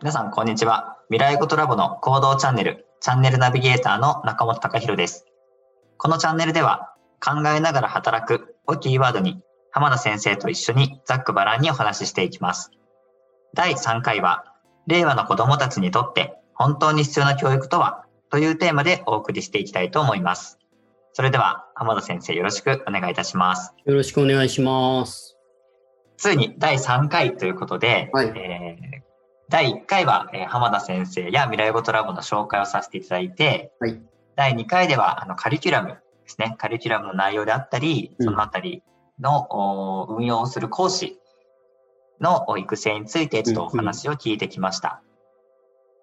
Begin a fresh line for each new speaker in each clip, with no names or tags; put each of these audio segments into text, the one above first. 皆さん、こんにちは。未来語トラボの行動チャンネル、チャンネルナビゲーターの中本隆弘です。このチャンネルでは、考えながら働くをキーワードに、浜田先生と一緒にざっくばらんにお話ししていきます。第3回は、令和の子供たちにとって本当に必要な教育とはというテーマでお送りしていきたいと思います。それでは、浜田先生よろしくお願いいたします。
よろしくお願いします。
ついに第3回ということで、
はい
えー第1回は、えー浜田先生や未来語トラボの紹介をさせていただいて、
はい
第2回ではあのカリキュラムですねカリキュラムの内容であったり
うん
そのあたりの、おー運用をする講師のお育成についてちょっとお話を聞いてきました。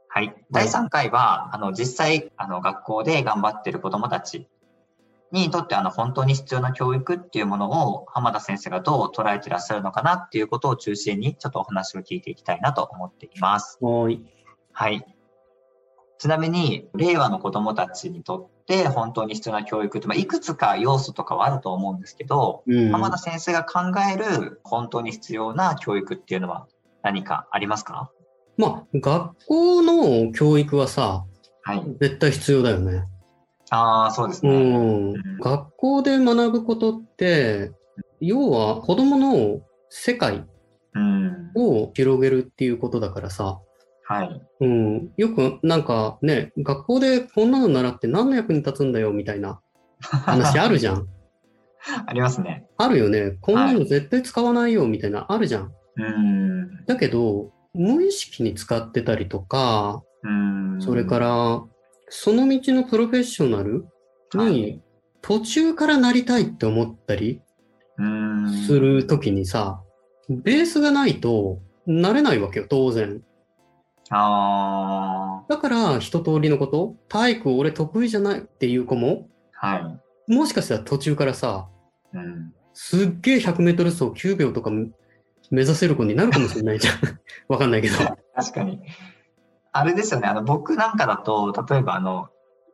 はい、第3回はあの実際あの学校で頑張ってる子どもたちにとってあの本当に必要な教育っていうものを浜田先生がどう捉えてらっしゃるのかなっていうことを中心にちょっとお話を聞いていきたいなと思っています。
はい。
はい。ちなみに令和の子どもたちにとって本当に必要な教育って、まあ、いくつか要素とかはあると思うんですけど、
うん。
浜田先生が考える本当に必要な教育っていうのは何かありますか
まあ、学校の教育はさ、
はい。
絶対必要だよね。
ああ、そうです
う
ね。
ん。学校で学ぶことって、要は子供の世界
うん。
を広げるっていうことだからさ、
はい。
うん。よくなんかね、学校でこんなの習って何の役に立つんだよみたいな話あるじゃ ん。
ありますね。
あるよね。こんなの絶対使わないよみたいな、あるじゃん。
うん。
だけど、無意識に使ってたりとか、
うん。
それから、その道のプロフェッショナル
は
に
い
途中からなりたいって思ったり
うん
するときにさ、ベースがないとなれないわけよ、当然。
あ
だから一通りのこと、体育俺得意じゃないっていう子も、
あ、は
もしかしたら途中からさ、
い。うん。
すっげえ100メートル走9秒とか目指せる子になるかもしれな いじゃん。わかんないけど。
確かに。あれですよね、あの、僕なんかだと、例えばあの、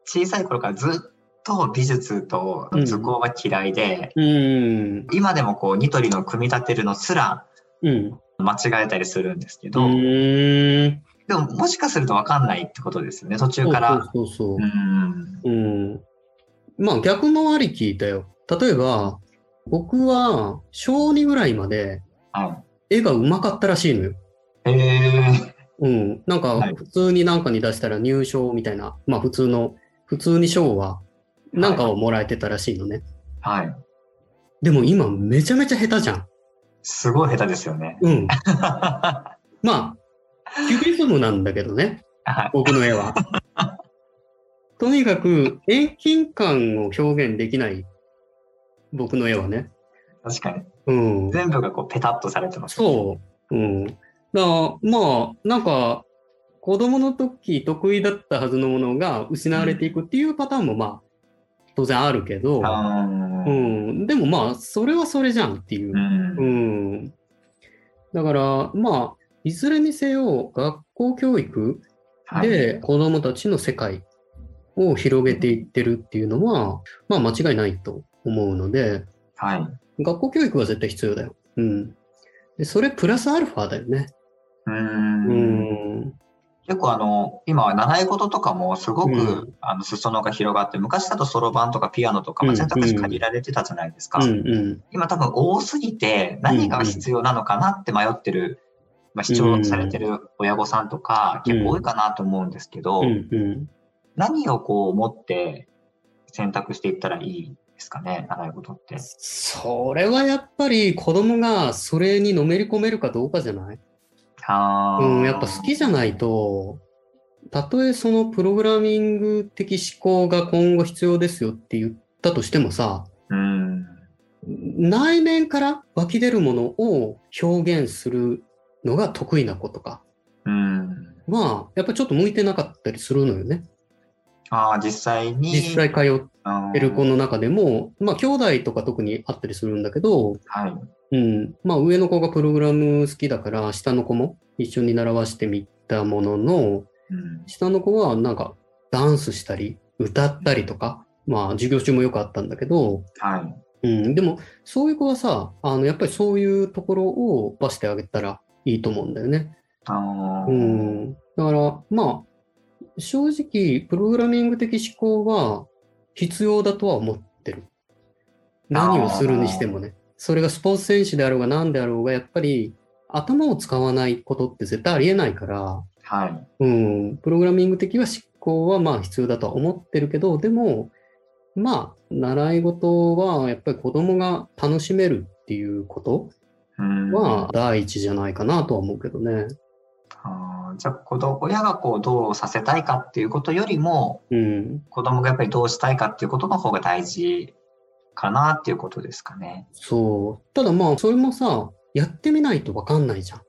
小さい頃からずっと美術と
うん
図工が嫌いで、
うーん。
今でもこう、ニトリの組み立てるのすら
うん。
間違えたりするんですけ
う
ど、
ーん。
でももしかするとわかんないってことですよね、途中から。
そうそうそうそう。
うん。
うん。まあ逆もありきだよ。例えば、僕は小2ぐらいまで
は
絵が上手かったらしいのよ。
い。え
うん。なんか
はい
普通になんかに出したら入賞みたいな、まあ普通の、普通に賞は、なんかをもらえてたらしいのね。
ー、はい。
でも今めちゃめちゃ下手じゃん。
すごい下手ですよね。
うん。
は
まあ、キュビズムなんだけどね、僕の 絵は。とにかく遠近感を表現できない、僕の絵はね。
い。確かに。
うん。
全部がこう、ペタッとされてます。
そう。うん。だからまあ、なんか、子供の時得意だったはずのものが失われていくっていうパターンもまあ、当然あるけど、
うん。
う。ん。でもまあ、それはそれじゃんっていうう。うんん。だから、まあ、いずれにせよ、学校教育
はい
で子供たちの世界を広げていってるっていうのは、まあ、間違いないと思うので、
はい。
学校教育は絶対必要だよ。うん。でそれプラスアルファだよね。
うー
うんん。
結構あの、今は習い事とかもすごく、
うん
あの裾野が広がって、昔だとそろばんとかピアノとか、まあ
うん
選択肢限られてたじゃないですか。
うんうん。
今多分多すぎて何が必要なのかなって迷ってる、まあ、視聴されてる親御さんとか
うん
結構多いかなと思うんですけど、
うんうん。
何をこう持って選択していったらいいですかね、習い事って。
それはやっぱり子供がそれにのめり込めるかどうかじゃない
あー
うん、やっぱ好きじゃないと、たとえそのプログラミング的思考が今後必要ですよって言ったとしてもさ、
うん。
内面から湧き出るものを表現するのが得意な子とか
うん。
は、やっぱちょっと向いてなかったりするのよね。
ああ、実際に。
実際通っ
うん
てる子の中でも、まあ兄弟とか特にあったりするんだけど、
はい。
うん。まあ上の子がプログラム好きだから、下の子も一緒に習わしてみたものの、
うん
下の子はなんかダンスしたり、歌ったりとか、まあ、授業中もよくあったんだけど、
はい。
うん、でも、そういう子はさ、あの、やっぱりそういうところを出してあげたらいいと思うんだよね。
あのー
うん、だから、まあ、正直、プログラミング的思考は必要だとは思ってる。何をするにしてもね。それがスポーツ選手であろうが何であろうが、やっぱり頭を使わないことって絶対ありえないから、
はい。
うん、プログラミング的は執行はまあ必要だとは思ってるけど、でも、まあ、習い事はやっぱり子供が楽しめるっていうこと
うん。
は第一じゃないかなとは思うけどね。
あーじゃあ、子供、親がこう、どうさせたいかっていうことよりも、
うん、
子供がやっぱりどうしたいかっていうことの方が大事かなっていうことですかね。
そう。ただまあ、それもさ、やってみないとわかんないじゃん。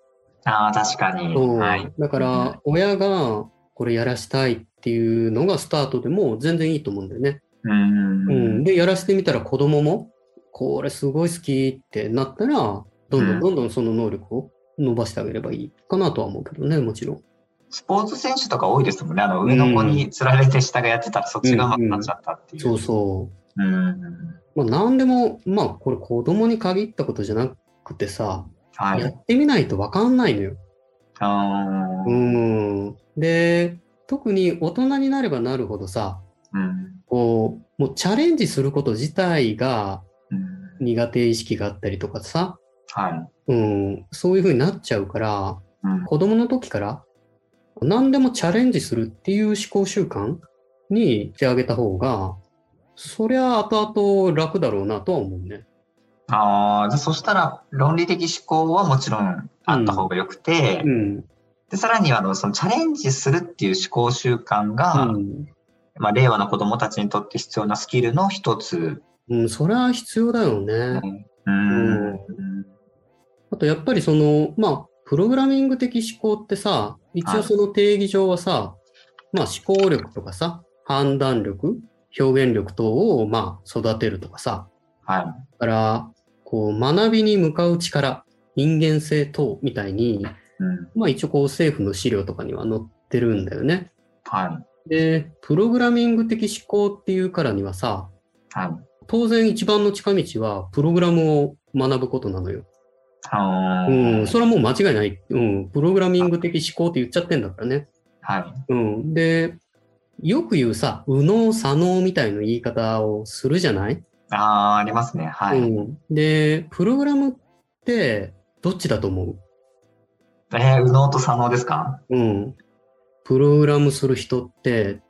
ああ、確かに。
そう
はい。
だから、親がこれやらしたいっていうのがスタートでも全然いいと思うんだよね。
う。
うんん、で、やらしてみたら子供も、これすごい好きってなったら、どんど
うん
んどんどんその能力を伸ばしてあげればいいかなとは思うけどね、もちろん。
スポーツ選手とか多いですもんね。あの、上の子に釣られて下がやってたら、そっちが上手くなっちゃったっていう。
そうそう。
う。うん。
まあ、何でも、まあ、これ子供に限ったことじゃなくてさ、
は
や
い。
ってみないとわかんないのよ。
あ
う
ー
ん。で、特に大人になればなるほどさ、
うん。
こう、もうチャレンジすること自体が
うん。
苦手意識があったりとかさ、
はい。
うん、そういう風になっちゃうから、
うん。
子供の時から何でもチャレンジするっていう思考習慣にしてあげた方が、そりゃ後々楽だろうなとは思うね。
ああ、じゃあそしたら、論理的思考はもちろんあった方がよくて、
うん。
で、さらには、あの、そのチャレンジするっていう思考習慣が、
うん。
まあ、令和の子供たちにとって必要なスキルの一つ。
うん、そりゃ必要だよね。
う
うん
ん。
あとやっぱりその、まあ、プログラミング的思考ってさ、一応その定義上はさ、まあ思考力とかさ、判断力、表現力等をまあ育てるとかさ、
はい。
だから、こう学びに向かう力、人間性等みたいに、
うん。
まあ一応こう政府の資料とかには載ってるんだよね。
はい。
で、プログラミング的思考っていうからにはさ、
はい。
当然一番の近道はプログラムを学ぶことなのよ。
あ
うん、
ー
それはもう間違いない。うん、プログラミング的思考って言っちゃってんだからね。
はい。
うん、で、よく言うさ、右脳左脳みたいな言い方をするじゃない、
ああー、ありますね。はい。
うん、で、プログラムってどっちだと思う
えー、右脳と左脳ですか
うん。プログラムする人って、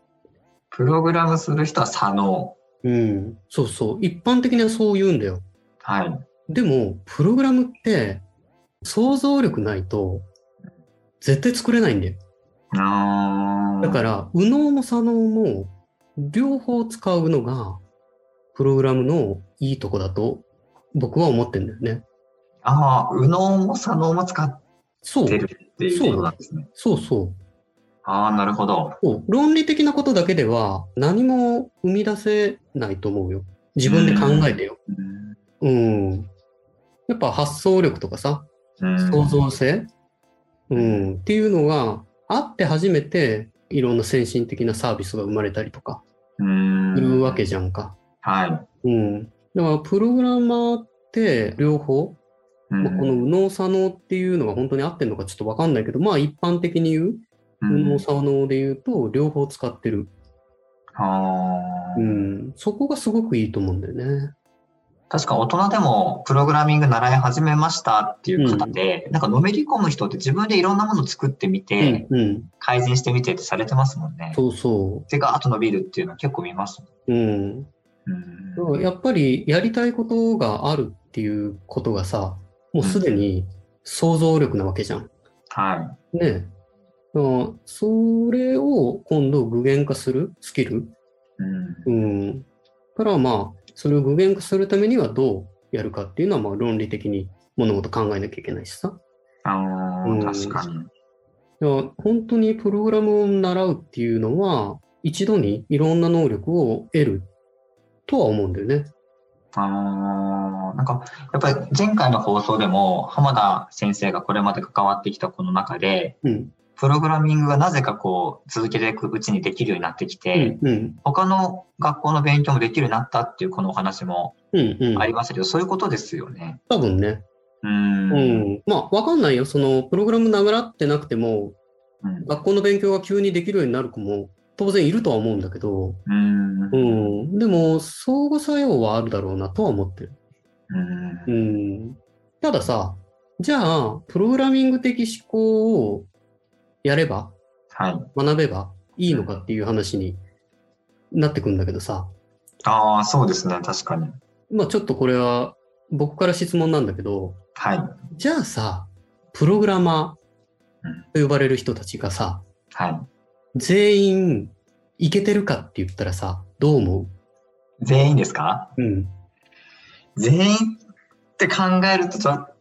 プログラムする人は左脳。
うん、そうそう、一般的にはそう言うんだよ。
はい。
でも、プログラムって想像力ないと絶対作れないんだよ。
あー
だから、右脳も左脳も両方使うのがプログラムのいいとこだと僕は思ってんだよね。
ああ、右脳も左脳も使っ
そう、
てるっていうことなんですね。
そうそう
ああ、なるほど。
そう。論理的なことだけでは何も生み出せないと思うよ。自分で考えてよ。
うん
うん。やっぱ発想力とかさ、
うん
創造性、うん、っていうのがあって初めていろんな先進的なサービスが生まれたりとか
うん
するわけじゃんか。
はい。
うん。だから、プログラマーって、両方、
うん
まあこの右脳左脳っていうのが本当に合ってるのかちょっとわかんないけど、まあ一般的に言う、
うん
右脳左脳で言うと、両方使ってる。
あー
うん。そこがすごくいいと思うんだよね。
確か大人でもプログラミング習い始めましたっていう方で、なんかのめり込む人って自分でいろんなもの作ってみて、
うん。うん。
改善してみてってされてますもんね。
そうそ
手があと伸びるっていうのは結構見ます。
う。う
う
ん。
ん
だからやっぱり、やりたいことがあるっていうことがさ、もうすでに想像力なわけじゃん。
は
ねえ。だからそれを今度具現化するスキル
い。うん
うん。からまあ、それを具現化するためにはどうやるかっていうのは、まあ、論理的に物事考えなきゃいけないしさ。
あー
うん
確かに。
だから本当にプログラムを習うっていうのは、一度にいろんな能力を得るとは思うんだよね。
あのーなんか、やっぱり前回の放送でも、浜田先生がこれまで関わってきたこの中で、
うん。
プログラミングがなぜかこう、続けていくうちにできるようになってきて、
うんうん
他の学校の勉強もできるようになったっていうこのお話も
うんうん
ありましたけど、そういうことですよね。
多分ね。
う。
うんん。まあ、わかんないよ。その、プログラム習ってなくても、
うん。
学校の勉強が急にできるようになる子も当然いるとは思うんだけど、
うん。
う
うん
ん。でも、相互作用はあるだろうなとは思ってる。うん。たださ、じゃあ、プログラミング的思考をやれば、
はい。
学べばいいのかっていう話になってくんだけどさ、
ああ、そうですね。確かに。
まあちょっとこれは僕から質問なんだけど、
はい。
じゃあさ、プログラマ
うん
ーと呼ばれる人たちがさ、
はい。
全員いけてるかって言ったらさ、どう思
全員ですか
ううん。
全員って考えると、ちょっと、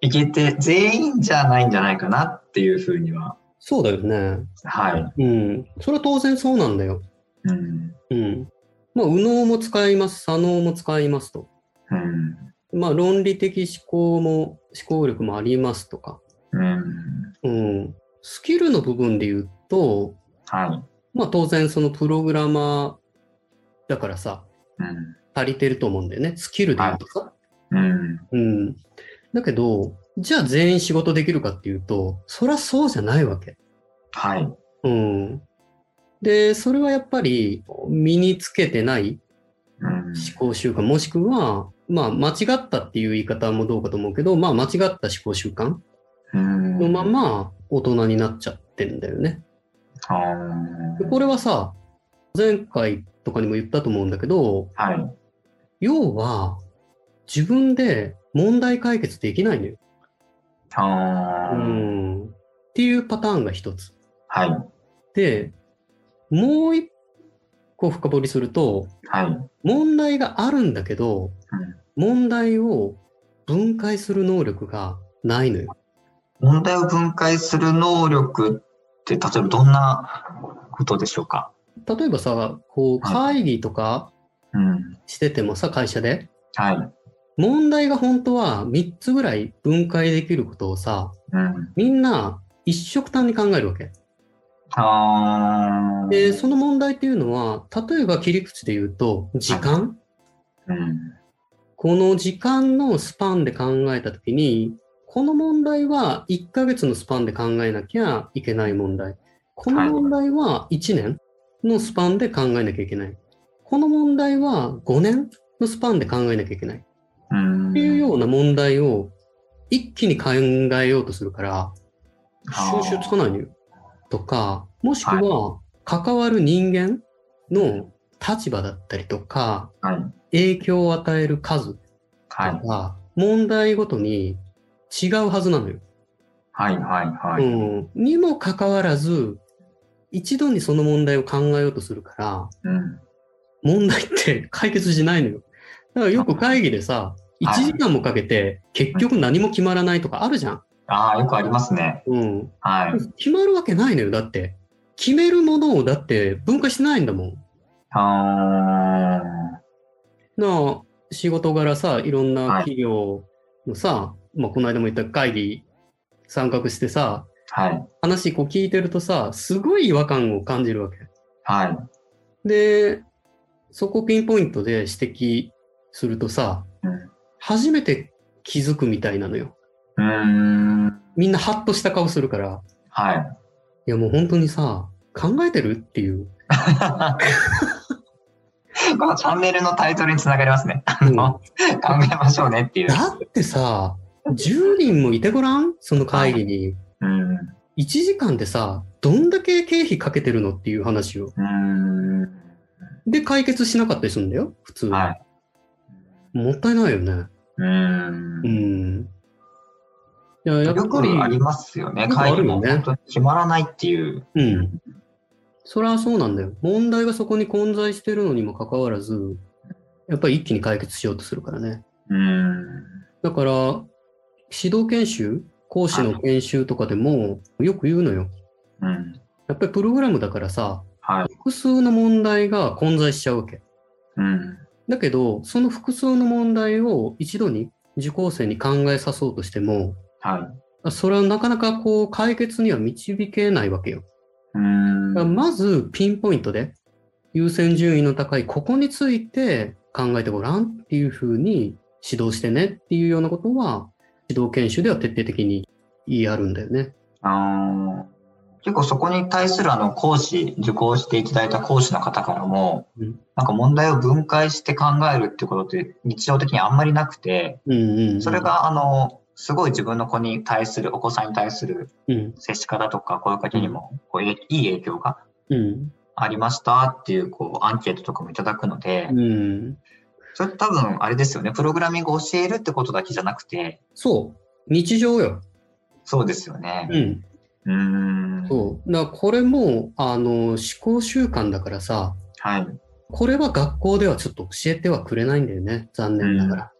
いけて、全員じゃないんじゃないかなっていうふうには。
そうだよね。
はい。
うん。それは当然そうなんだよ。
うん。
うん。まあ、右脳も使います、左脳も使いますと。
うん。
まあ、論理的思考も、思考力もありますとか。
うん。
うん。スキルの部分で言うと、
はい。
まあ当然そのプログラマーだからさ、
うん。
足りてると思うんだよね。スキルで言うとさ。
うん。
うん。だけど、じゃあ全員仕事できるかっていうと、そりゃそうじゃないわけ。
はい。
うん。で、それはやっぱり身につけてない
うん。
思考習慣、もしくは、まあ間違ったっていう言い方もどうかと思うけど、まあ間違った思考習慣
うん。
のまま大人になっちゃってんだよね。
あー
でこれはさ、前回とかにも言ったと思うんだけど、
はい。
要は、自分で問題解決できないのよ。
あ
う
ー
ん。っていうパターンが一つ。
はい。
で、もう一個深掘りすると、
はい。
問題があるんだけど、問題を分解する能力がないのよ。
問題を分解する能力って、例えばどんなことでしょうか
例えばさ、こ
は
う会議とか
うん。
しててもさ、会社で、
はい。
問題が本当は3つぐらい分解できることをさ、
うん。
みんな一色単に考えるわけ。
あー
で、その問題っていうのは、例えば切り口で言うと、時間、
うん。
この時間のスパンで考えたときに、この問題は1ヶ月のスパンで考えなきゃいけない問題。この問題は1年のスパンで考えなきゃいけない。この問題は5年のスパンで考えなきゃいけない。っ
うん。
ていうような問題を一気に考えようとするから、収集つかないのよ。とか、もしくは関わる人間の立場だったりとか、
はい。
影響を与える数
はい。
とか、問題ごとに違うはずなのよ。
はい。はい。は
う
い。
ん、にもかかわらず、一度にその問題を考えようとするから、
うん。
問題って解決しないのよ。だからよく会議でさ、1
はい
時間もかけて結局何も決まらないとかあるじゃん。
ああ、よくありますね。
うん、
はい。
決まるわけないのよ、だって。決めるものをだって分解してないんだもん。
あ
なあ仕事柄さ、いろんな
はい
企業のさ、まあ、この間も言った会議参画してさ、
あ。はい。
話こう聞いてるとさ、すごい違和感を感じるわけ。
はい。
で、そこピンポイントで指摘するとさ、
うん
初めて気づくみたいなのよ。
うーん。
みんなハッとした顔するから、
はい。
いやもう本当にさ、考えてるって いう。
このチャンネルのタイトルにつながりますね。 の考えましょうねっていう。
だってさ、10人もいてごらんその会議に。
うん。う
1時間でさ、どんだけ経費かけてるのっていう話を。
ーん。
で、解決しなかったりするんだよ、普通。
はい。
もったいないよね。
うーん
う。ん。いや、や
よ
っぱ
く
り、
ありますよね。
よくあ
会議
るよ
も
ね
本当に決まらないっていう。
うん。それはそうなんだよ。問題がそこに混在してるのにもかかわらず、やっぱり一気に解決しようとするからね。
うーん。
だから、指導研修、講師の研修とかでも、よく言うのよ。
うん。
やっぱりプログラムだからさ、
はい。
複数の問題が混在しちゃうわけ。
うん。
だけど、その複数の問題を一度に受講生に考えさそうとしても、
はい。
それはなかなかこう解決には導けないわけよ。
うーん。
だからまずピンポイントで優先順位の高いここについて考えてごらんっていうふうに指導してねっていうようなことは指導研修では徹底的にやるんだよね。
あー結構そこに対するあの講師、受講していただいた講師の方からも、
うん
なんか問題を分解して考えるってことって日常的にあんまりなくて、
うんうんうん
それ、があの、すごい自分の子に対する、お子さんに対する
うん
接し方とか声かけにもこういいい影響が
うん
ありましたっていうこうアンケートとかもいただくので、
うん、
それ多分あれですよね、プログラミングを教えるってことだけじゃなくて、
そう日常よ。
そうですよね。
うん、
うーん。
そうだからこれもあの思考習慣だからさ
はい。
これは学校ではちょっと教えてはくれないんだよね残念ながら。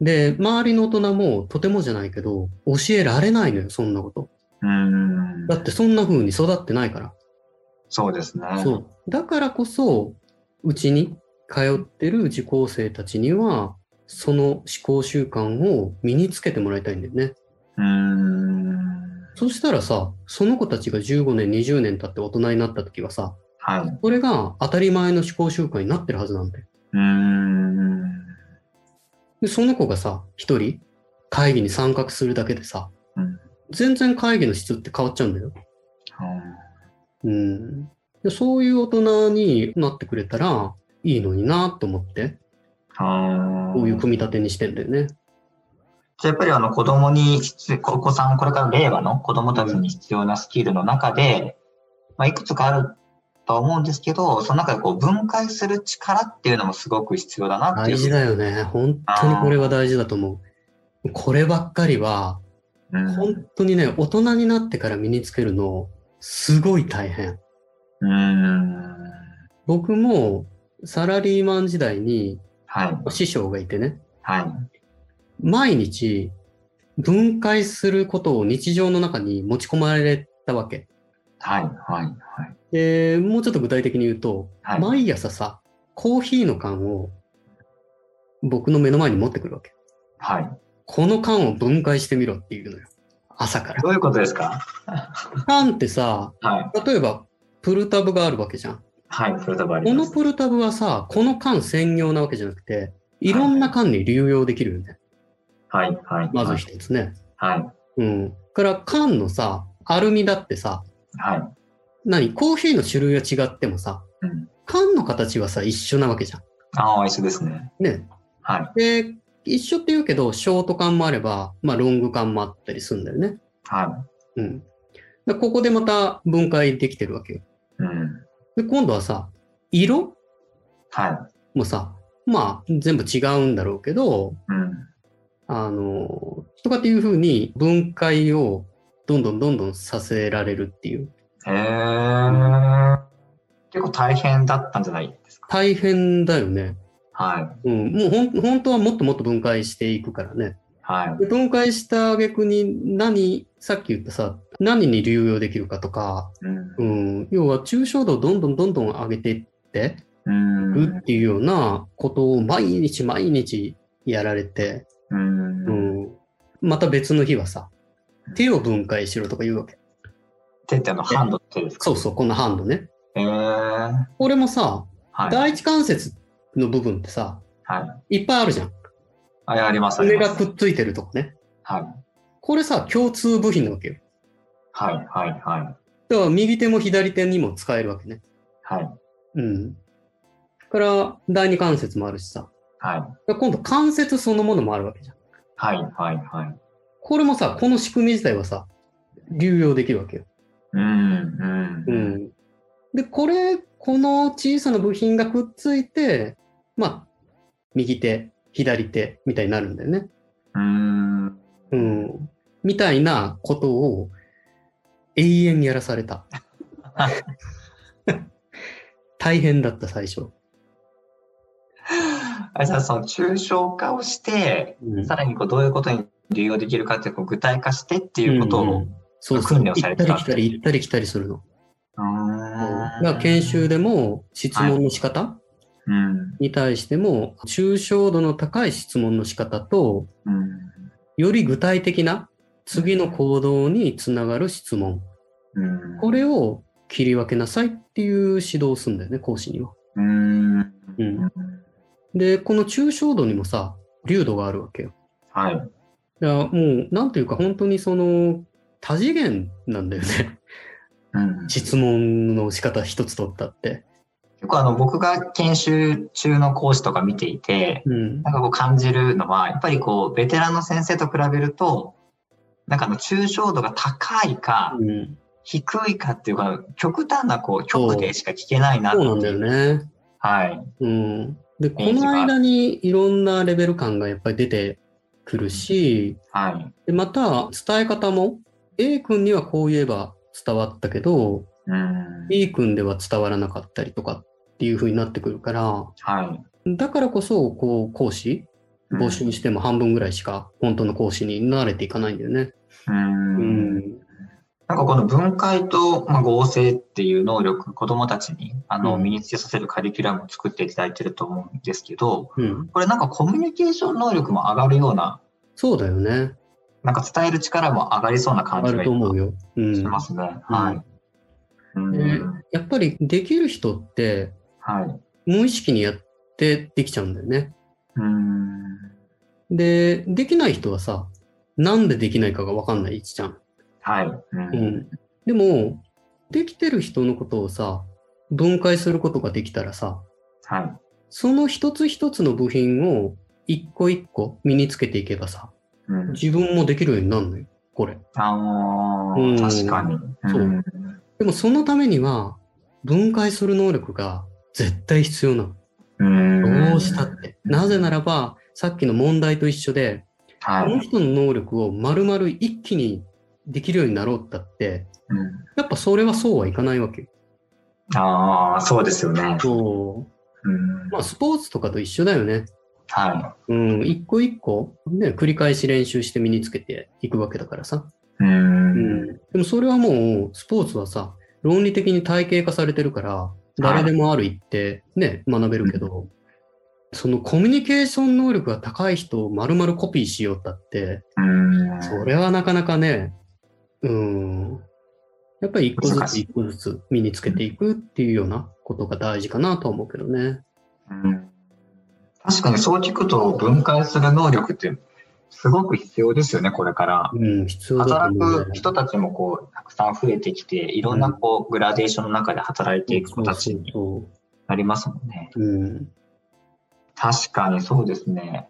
で周りの大人もとてもじゃないけど教えられないのよそんなこと。
うーん。
だってそんな風に育ってないから。
そうですね。
そう。だからこそ、うちに通ってる受講生たちには、その思考習慣を身につけてもらいたいんだよね。
うーん。
そしたらさ、その子たちが15年、20年経って大人になった時はさ、
はい。
これが当たり前の思考習慣になってるはずなんだよ。
うーん。
で、その子がさ、一人会議に参画するだけでさ、
うん
全然会議の質って変わっちゃうんだよ。
うん
うん、でそういう大人になってくれたらいいのになと思って、
あー
こういう組み立てにしてんだよね。
じゃあやっぱりあの子供に必、お子さん、これから令和の子供たちに必要なスキルの中で、まあ、いくつかあるとは思うんですけど、その中でこう分解する力っていうのもすごく必要だなっていう。
大事だよね。本当にこれは大事だと思う。こればっかりは、
うん。
本当にね、大人になってから身につけるの、すごい大変。
うん。
僕もサラリーマン時代に
はい。
師匠がいてね、
はい。
毎日分解することを日常の中に持ち込まれたわけ。
はい。はい。
で、もうちょっと具体的に言うと、
はい。はい。
毎朝さ、コーヒーの缶を僕の目の前に持ってくるわけ。
はい。
この缶を分解してみろっていうのよ。朝から。
どういうことですか
缶ってさ、
はい。
例えばプルタブがあるわけじゃん。
はい。プロトバリ
こ
で
の
す。
プルタブはさ、この缶専用なわけじゃなくて、いろんな缶に流用できるよね。
はい。はい。
まず一つね。
はい。
うん。から缶のさ、アルミだってさ、
はい。
何コーヒーの種類は違ってもさ、
うん。
缶の形はさ、一緒なわけじゃん。
ああ、一緒ですね。
ね。
はい。
で、一緒って言うけど、ショート缶もあれば、まあ、ロング缶もあったりするんだよね。
は
うん。でここでまた分解できてるわけよ。
い。うん。
で、今度はさ、色
はい。
もさ、まあ、全部違うんだろうけど、
うん。
あの、とかっていうふうに分解をどんどんどんどんさせられるっていう。
へえ。結構大変だったんじゃないですか。
大変だよね。
はい。
うん。もうほん本当はもっともっと分解していくからね。
はい。
で分解した挙句に何、さっき言ったさ、何に流用できるかとか、
うん
うん。要は抽象度をどんどんどんどん上げていって、
うん。
るっていうようなことを毎日毎日やられて、
うん。
うん、また別の日はさ、手を分解しろとか言うわけ。
手ってあの、ハンドってですか
そうそう、このハンドね。
へえ。は
これもさ、
い。
第一関節の部分ってさ、
はい。
いっぱいあるじゃん。
あ、やります。あり
爪
ま
が
す
くっついてるとかね。
はい。
これさ、共通部品なわけよ。
はい。はい。はい。
だから右手も左手にも使えるわけね。
はい。
うん。から、第二関節もあるしさ。
はい。
だから今度関節そのものもあるわけじゃん。
はい。はい。はい。
これもさ、この仕組み自体はさ、流用できるわけよ。
うん。う。
うんん、でこれこの小さな部品がくっついてまあ右手左手みたいになるんだよね、
うん。
うん、みたいなことを永遠にやらさ れた大変だった最初、
あじゃあその抽象化をして、
うん
さらにこうどういうことに利用できるかってこう具体化してっていうこと
ん
を。
んそうそう
訓練をさ
行っ
れ
た
て
り
た
来たり行ったり来たりするの、
うー
だか
ん
ら研修でも質問の仕方、
うん。
に対しても抽象度の高い質問の仕方と
うん。
より具体的な次の行動につながる質問。
うん。
これを切り分けなさいっていう指導をするんだよね、講師には。
うん。うん。
うんで、この抽象度にもさ、流度があるわけよ。
はい。
だからもう、なんというか本当にその、多次元なんだよね。
うん。
質問の仕方一つ取ったって。
結構あの、僕が研修中の講師とか見ていて、
うん。
なんかこう感じるのは、やっぱりこう、ベテランの先生と比べると、なんかあの、抽象度が高いか、
うん、
低いかっていうか、極端なこう、極でしか聞けないなって
そう
い
なんだよね。
はい。
うん、でこ
イメージ
の
がある
間にいろんなレベル感がやっぱり出てくるし
はい。
でまた伝え方も A 君にはこう言えば伝わったけど
うん。
B 君では伝わらなかったりとかっていう風になってくるから
はい。
だからこそこう講師
うん
募集しても半分ぐらいしか本当の講師に慣れていかないんだよね。
う。
うん
なんかこの分解と、まあ、合成っていう能力、子供たちにあの
うん
身につけさせるカリキュラムを作っていただいてると思うんですけど、
うん、
これなんかコミュニケーション能力も上がるような、
そうだよね。
なんか伝える力も上がりそうな感
あ
じ
る
が
と思うよ。うん、
しま
や
すね。はい。うん。
うんっぱりできる人って
はい。
無意識にやってできちゃうんだよね。
うん。
で、できない人はさ、なんでできないかがわかんないじゃん。
はい。うん
うん。でも、できてる人のことをさ、分解することができたらさ、
はい。
その一つ一つの部品を一個一個身につけていけばさ、
うん。
自分もできるようになるのよ、これ。
あの
うん
ー、確かに。
そうんでもそのためには、分解する能力が絶対必要な
うん。
の。どうしたって。なぜならば、さっきの問題と一緒で、
は
この
い。
人の能力を丸々一気にできるようになろうったって、
うん
やっぱそれはそうはいかないわけよ。
ああ、そうですよね。
そ
うん
う。まあ、スポーツとかと一緒だよね。
は
うん、一個一個、ね、繰り返し練習して身につけていくわけだからさ。
い。う。
うんん。でもそれはもう、スポーツはさ、論理的に体系化されてるから、誰でもある一定、ね、学べるけど、そのコミュニケーション能力が高い人を丸々コピーしようったって、
うん。
それはなかなかね、うん。やっぱり一個ず
難
つ
しい
一個ずつ身につけていくっていうようなことが大事かなとは思うけどね。
うん確かにそう聞くと分解する能力ってすごく必要ですよね、これから。
うん、必要だと
働
思うね
く人たちもこうたくさん増えてきて、いろんなこうグラデーションの中で働いていく子たちに
そう
なりますもんね。
そうそううん。
確かにそうですね。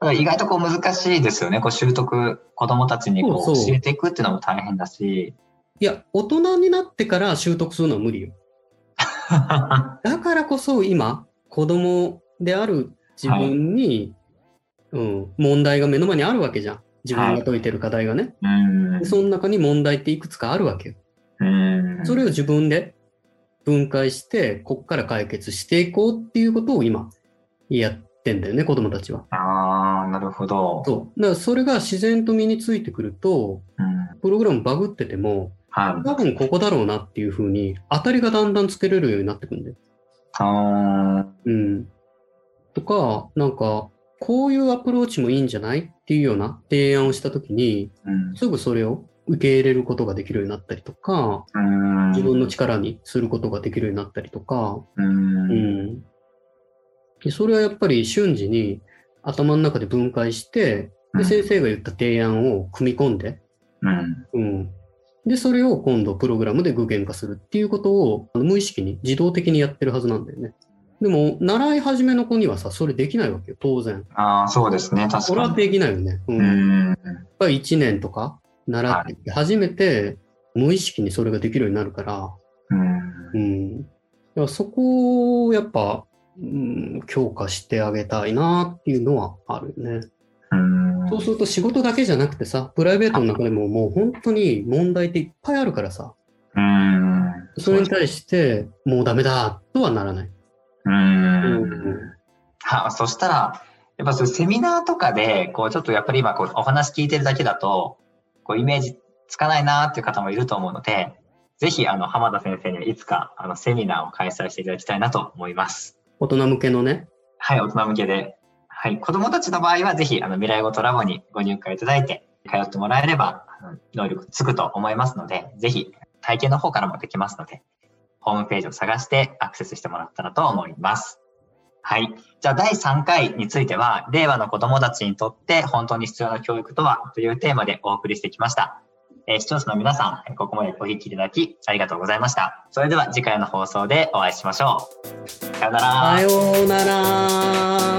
ただ意外とこう難しいですよね。こう習得、子供たちにこ
そう
う
そう
教えていくっていうのも大変だし。
いや、大人になってから習得するのは無理よ。
は
だからこそ今、子供である自分に、うん、問題が目の前にあるわけじゃん。自分が解いてる課題がね。
いうん
でその中に問題っていくつかあるわけよ。
うん
それを自分で分解して、こっから解決していこうっていうことを今やってんだよね、子供たちは。
ああ、なるほど。
そう。だからそれが自然と身についてくると、
うん
プログラムバグってても、
はい。
多分ここだろうなっていうふうに、当たりがだんだんつけれるようになってくるんだよ。
あー
うん。とか、なんか、こういうアプローチもいいんじゃないっていうような提案をしたときに、
うん
すぐそれを受け入れることができるようになったりとか、
うん
自分の力にすることができるようになったりとか、
うん
うんでそれはやっぱり瞬時に頭の中で分解して、
うん
で先生が言った提案を組み込んで、
うん
うん、でそれを今度プログラムで具現化するっていうことをあの無意識に自動的にやってるはずなんだよね。でも習い始めの子にはさそれできないわけよ当然。
ああ、そうですね、確
それ
か
は
に。
できないよね。うん
う
やっ
ん。
ぱり1年とか習ってきて初めて無意識にそれができるようになるから。
うん
うん、だからそこをやっぱ、うん、強化してあげたいなっていうのはあるよね。
うん
そうすると仕事だけじゃなくてさ、プライベートの中でももう本当に問題っていっぱいあるからさ、
うん
それに対してもうダメだとはならない。
うんあそしたら、やっぱそういうセミナーとかで、こうちょっとやっぱり今こうお話聞いてるだけだと、こうイメージつかないなーっていう方もいると思うので、ぜひあの浜田先生にはいつかあのセミナーを開催していただきたいなと思います。
大人向けのね。
はい、大人向けで。はい、子供たちの場合はぜひあの未来語トラボにご入会いただいて通ってもらえれば、能力つくと思いますので、ぜひ体験の方からもできますので、ホームページを探してアクセスしてもらったらと思います。はい。じゃあ第3回については、令和の子供たちにとって本当に必要な教育とはというテーマでお送りしてきました。えー視聴者の皆さん、ここまでお聞きいただきありがとうございました。それでは次回の放送でお会いしましょう。さようなら。
さようなら